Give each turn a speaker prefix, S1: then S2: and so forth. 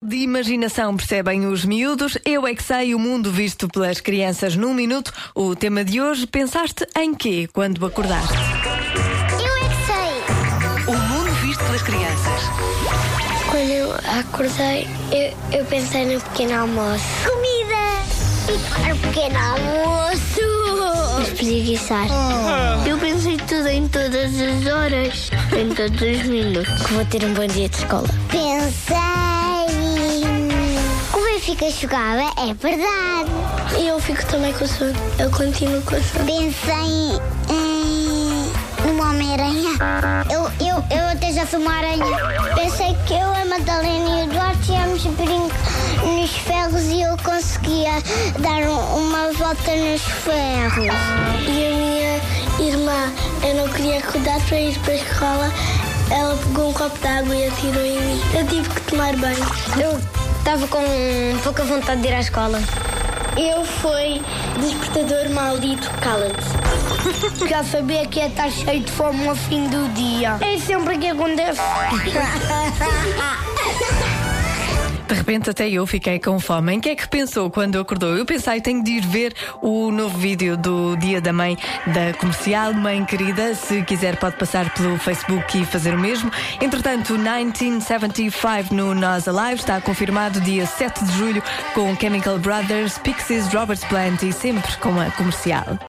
S1: de imaginação percebem os miúdos. Eu é que sei o mundo visto pelas crianças num minuto. O tema de hoje, pensaste em quê quando acordaste?
S2: Eu é que sei.
S3: O mundo visto pelas crianças.
S2: Quando eu acordei, eu, eu pensei no pequeno almoço. Comida! O pequeno almoço! Espreguiçar. Eu pensei tudo em todas as horas, em todos os minutos. Que vou ter um bom dia de escola. Pensei. Como eu fico enxugada, é verdade. Eu fico também com o sono. Eu continuo com o sono. Pensei em. numa Homem-Aranha. Eu, eu, eu até já sou uma aranha. Pensei que eu, a Madalena e o Eduardo íamos brincar nos ferros e eu conseguia dar um- uma volta nos ferros. E a minha irmã, eu não queria acordar para ir para a escola. Ela pegou um copo de água e atirou em mim. Eu tive que tomar banho. Eu estava com pouca vontade de ir à escola. Eu fui despertador maldito, cala-te. Já sabia que ia estar cheio de fome ao fim do dia. É sempre que acontece.
S1: De repente até eu fiquei com fome. Em que é que pensou quando acordou? Eu pensei, tenho de ir ver o novo vídeo do Dia da Mãe da Comercial Mãe Querida. Se quiser pode passar pelo Facebook e fazer o mesmo. Entretanto, 1975 no Nós Alive está confirmado dia 7 de julho com Chemical Brothers, Pixies, Robert Plant e sempre com a Comercial.